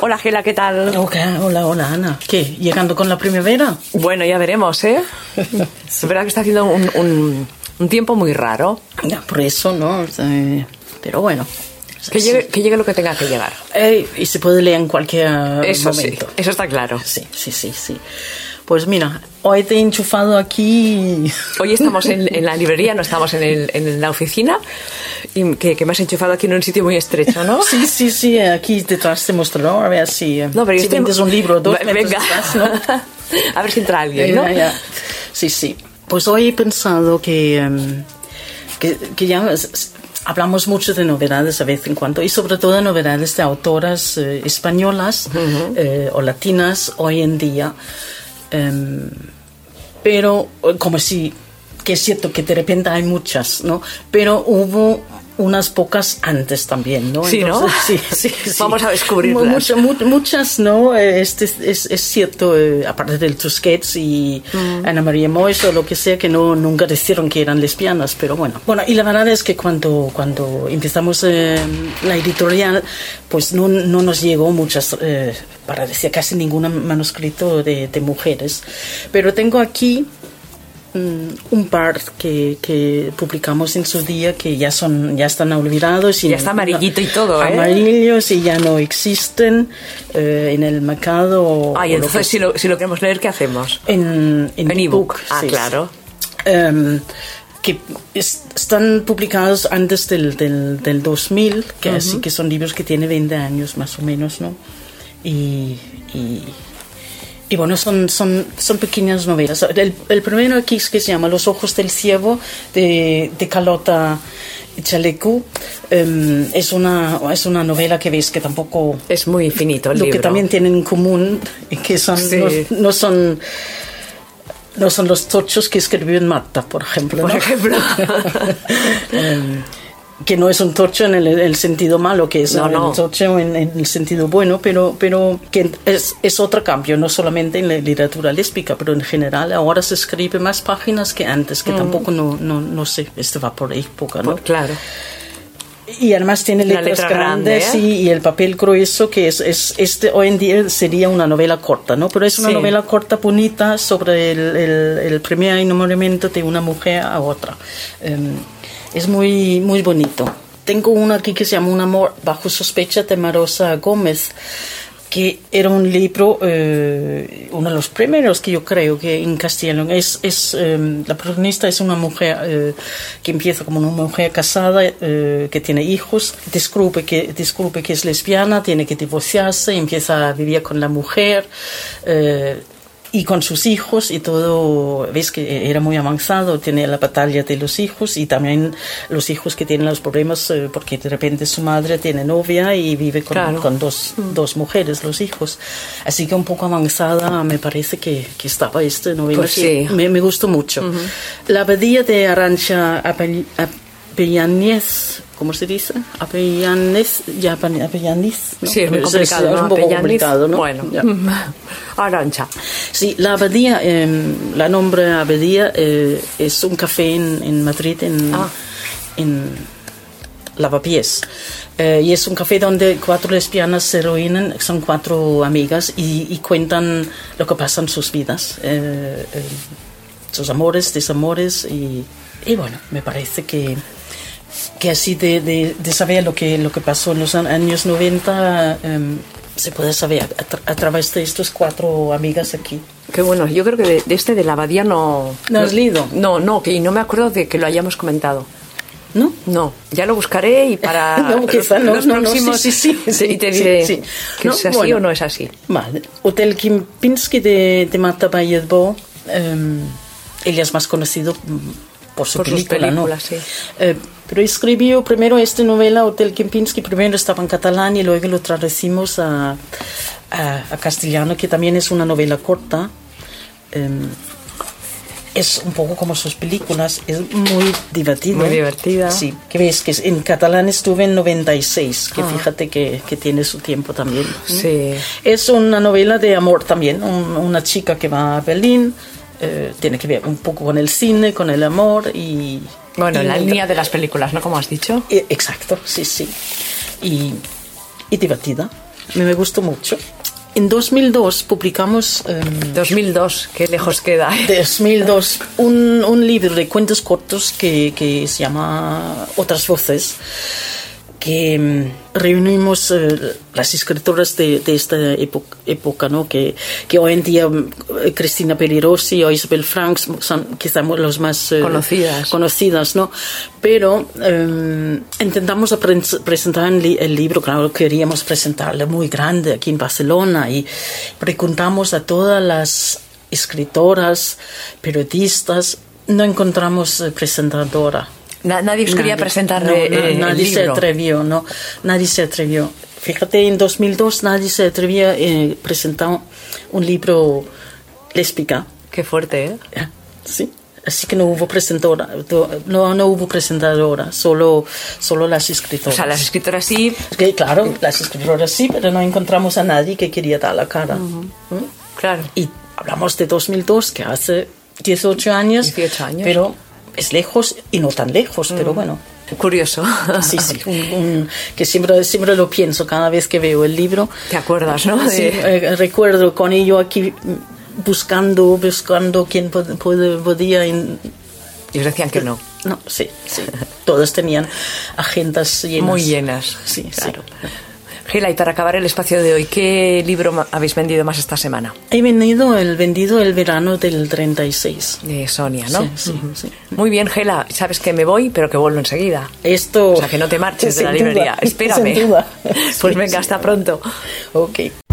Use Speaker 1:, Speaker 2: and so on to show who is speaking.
Speaker 1: Hola Gela, ¿qué tal?
Speaker 2: Hola, hola, hola, Ana. ¿Qué? ¿Llegando con la primavera?
Speaker 1: Bueno, ya veremos, ¿eh? Es verdad que está haciendo un, un- un tiempo muy raro.
Speaker 2: Ya, por eso, ¿no? O sea, eh, Pero bueno.
Speaker 1: Que llegue, que llegue lo que tenga que llegar.
Speaker 2: Eh, y se puede leer en cualquier
Speaker 1: Eso
Speaker 2: momento.
Speaker 1: sí, eso está claro.
Speaker 2: Sí, sí, sí, sí. Pues mira, hoy te he enchufado aquí.
Speaker 1: Hoy estamos en, en la librería, no estamos en, el- en la oficina, y que, que me has enchufado aquí en un sitio muy estrecho, ¿no?
Speaker 2: Sí, sí, sí, aquí detrás te mostraré. A ver si, eh,
Speaker 1: No, pero yo
Speaker 2: si
Speaker 1: estoy-
Speaker 2: vendes un libro, dos
Speaker 1: Ve-
Speaker 2: metros
Speaker 1: Venga.
Speaker 2: atrás, ¿no?
Speaker 1: A ver si entra alguien, ¿no?
Speaker 2: Ya, ya. Sí, sí. Pues hoy he pensado que, em, que, que ya s- s- hablamos mucho de novedades de vez en cuando y sobre todo novedades de autoras eh, españolas eh, o latinas hoy en día. Em, pero eh, como si, que es cierto que de repente hay muchas, ¿no? Pero hubo unas pocas antes también, ¿no?
Speaker 1: Sí, ¿no?
Speaker 2: Sí, sí, sí.
Speaker 1: Vamos a descubrirlas.
Speaker 2: Mu- mucho- mu- muchas, ¿no? Eh, Este es, es- es cierto, eh, aparte del Tusquets y
Speaker 1: Mm.
Speaker 2: Ana María Mois o lo que sea, que no, nunca dijeron que eran lesbianas, pero bueno. Bueno, y la verdad es que cuando, cuando empezamos eh, la editorial, pues no, no nos llegó muchas, eh, para decir casi ningún manuscrito de, de mujeres. Pero tengo aquí mm, un par que, que publicamos en su día que ya son ya están olvidados y
Speaker 1: Ya está amarillito y todo, ¿eh?
Speaker 2: amarillos y ya no existen eh, en el mercado o-
Speaker 1: Ay,
Speaker 2: o lo
Speaker 1: entonces si lo, si lo queremos leer, ¿qué hacemos?
Speaker 2: que- en en
Speaker 1: En ebook. Ah,
Speaker 2: sí, sí.
Speaker 1: claro.
Speaker 2: Em, que es- están publicados antes del, del, del 2000 que así que son libros que tienen 20 años más o menos no y, y y bueno, son, son, son pequeñas novelas. El, el primero aquí es que se llama Los ojos del ciervo de, de Carlota Chalecu. Em, es, una, es una novela que veis que tampoco...
Speaker 1: Es muy finito el
Speaker 2: Lo
Speaker 1: libro.
Speaker 2: que también tienen en común, y que son,
Speaker 1: Sí.
Speaker 2: no, no son... No son los tochos que escribió en Marta, por ejemplo.
Speaker 1: Por
Speaker 2: ¿no?
Speaker 1: ejemplo.
Speaker 2: Em, que no es un tocho en el, el sentido malo, que es
Speaker 1: No, no.
Speaker 2: un tocho en, en el sentido bueno, pero, pero que es, es otro cambio, no solamente en la literatura lésbica, pero en general ahora se escribe más páginas que antes,
Speaker 1: Mm.
Speaker 2: que tampoco no, no, no sé, esto va por época, ¿no?
Speaker 1: Pues, claro.
Speaker 2: Y además tiene
Speaker 1: Una
Speaker 2: letras
Speaker 1: letra grande,
Speaker 2: grandes
Speaker 1: ¿eh?
Speaker 2: y, y el papel grueso que es, es este hoy en día sería una novela corta, ¿no? Pero es una
Speaker 1: Sí.
Speaker 2: novela corta bonita sobre el, el, el primer enamoramiento de una mujer a otra. Em, es muy, muy bonito. Tengo una aquí que se llama Un amor bajo sospecha de Marosa Gómez que era un libro, eh, uno de los primeros que yo creo que en castellano. Es, es, em, la protagonista es una mujer eh, que empieza como una mujer casada, eh, que tiene hijos, descubre que, descubre que es lesbiana, tiene que divorciarse, empieza a vivir con la mujer. eh, y con sus hijos y todo, ves que era muy avanzado, tiene la batalla de los hijos y también los hijos que tienen los problemas eh, porque de repente su madre tiene novia y vive con,
Speaker 1: Claro.
Speaker 2: con dos, dos mujeres, los hijos. Así que un poco avanzada me parece que, que estaba este novela.
Speaker 1: Pues
Speaker 2: que
Speaker 1: sí.
Speaker 2: me, me gustó mucho. La abadía de Arancha Apell- Apellanes, ¿cómo se dice? Apellanes, ya Ape- Apellanes. ¿no?
Speaker 1: Sí, es muy
Speaker 2: Es- es-
Speaker 1: complicado.
Speaker 2: es
Speaker 1: ¿no?
Speaker 2: un poco
Speaker 1: Peñanis.
Speaker 2: complicado, ¿no?
Speaker 1: Bueno.
Speaker 2: Ya.
Speaker 1: Arancha.
Speaker 2: Sí, la abadía, em, la nombre abadía eh, es un café en, en Madrid, en,
Speaker 1: Ah.
Speaker 2: en Lavapiés. Eh, y es un café donde cuatro lesbianas se reúnen, son cuatro amigas y, y cuentan lo que pasa en sus vidas, eh, eh, sus amores, desamores y, y bueno, me parece que que así de, de, de saber lo que, lo que pasó en los an- años 90 em, se puede saber a, tra- a través de estos cuatro amigas aquí.
Speaker 1: Qué bueno, yo creo que de, de este de la abadía no...
Speaker 2: ¿No has leído?
Speaker 1: No, no, que y no me acuerdo de que lo hayamos comentado.
Speaker 2: ¿No?
Speaker 1: No, ya lo buscaré y para
Speaker 2: No, quizá no,
Speaker 1: los
Speaker 2: no, no,
Speaker 1: próximos...
Speaker 2: sí, sí, sí,
Speaker 1: y te
Speaker 2: sí,
Speaker 1: diré
Speaker 2: sí.
Speaker 1: que
Speaker 2: No,
Speaker 1: es así
Speaker 2: bueno.
Speaker 1: o no es así.
Speaker 2: Vale. Hotel Kempinski de, de Marta Bayetbo, ella es más conocido mm, por su
Speaker 1: Por sus
Speaker 2: película,
Speaker 1: películas,
Speaker 2: ¿no?
Speaker 1: sí.
Speaker 2: Eh, pero escribió primero esta novela, Hotel Kempinski, primero estaba en catalán y luego lo traducimos a, a- a castellano, que también es una novela corta. Em, es un poco como sus películas, es muy divertida.
Speaker 1: Muy divertida.
Speaker 2: Sí, que ves que es- en catalán estuve en 96, que fíjate que, que tiene su tiempo también. ¿no?
Speaker 1: Ah. Sí.
Speaker 2: Es una novela de amor también, un- una chica que va a Berlín, eh, tiene que ver un poco con el cine, con el amor y...
Speaker 1: Bueno,
Speaker 2: y Eh,
Speaker 1: la
Speaker 2: muy-
Speaker 1: línea de las películas, ¿no? Como has dicho.
Speaker 2: eh, Exacto, sí, sí. Y, y divertida. me gustó mucho. En 2002 publicamos... em,
Speaker 1: 2002, qué lejos queda. ¿eh?
Speaker 2: 2002, un, un libro de cuentos cortos que, que se llama Otras Voces, que mm, reunimos eh, las escritoras de, de esta epo- época, ¿no? que, que hoy en día mm, eh, Cristina Pelirossi o Isabel Franks son quizá los más eh,
Speaker 1: Conocidas.
Speaker 2: conocidas, ¿no? Pero eh, intentamos apren- presentar el, li- el libro, claro, queríamos presentarlo muy grande aquí en Barcelona y preguntamos a todas las escritoras, periodistas, no encontramos eh, presentadora.
Speaker 1: Na- nadie os quería
Speaker 2: Nadie.
Speaker 1: presentar
Speaker 2: No,
Speaker 1: eh,
Speaker 2: na-
Speaker 1: eh, el
Speaker 2: nadie se
Speaker 1: libro.
Speaker 2: atrevió, no, nadie se atrevió. Fíjate, en 2002 nadie se atrevía a presentar un libro lésbica.
Speaker 1: Qué fuerte, ¿eh?
Speaker 2: Sí. Así que no hubo presentadora, no, no hubo presentadora, solo, solo las
Speaker 1: O
Speaker 2: escritoras.
Speaker 1: sea, las escritoras sí,
Speaker 2: Que, claro, las escritoras sí, pero no encontramos a nadie que quería dar la cara. ¿Mm?
Speaker 1: claro.
Speaker 2: Y hablamos de 2002, que hace 18 años.
Speaker 1: 18 años.
Speaker 2: Pero es lejos y no tan lejos, pero bueno.
Speaker 1: Curioso.
Speaker 2: Sí, sí, un- un- que siempre, siempre lo pienso cada vez que veo el libro.
Speaker 1: ¿Te acuerdas, no? De-
Speaker 2: Sí, eh, recuerdo con ello aquí mm, buscando, buscando quién pod- pod- podía en-
Speaker 1: Y os decían que no.
Speaker 2: no, sí, sí. Todos tenían agendas llenas.
Speaker 1: Muy llenas.
Speaker 2: Sí,
Speaker 1: claro.
Speaker 2: sí.
Speaker 1: Gela, y para acabar el espacio de hoy, ¿qué libro ma- habéis vendido más esta semana?
Speaker 2: He vendido el vendido el verano del 36.
Speaker 1: De Sonia, ¿no?
Speaker 2: Sí, sí,
Speaker 1: Ujú.
Speaker 2: sí.
Speaker 1: Muy bien, Gela, sabes que me voy, pero que vuelvo enseguida.
Speaker 2: Esto.
Speaker 1: O sea, que no te marches de
Speaker 2: Sin
Speaker 1: la
Speaker 2: duda,
Speaker 1: librería. Espérame.
Speaker 2: Sin duda.
Speaker 1: Pues
Speaker 2: Sí,
Speaker 1: venga,
Speaker 2: sí.
Speaker 1: hasta pronto.
Speaker 2: Ok.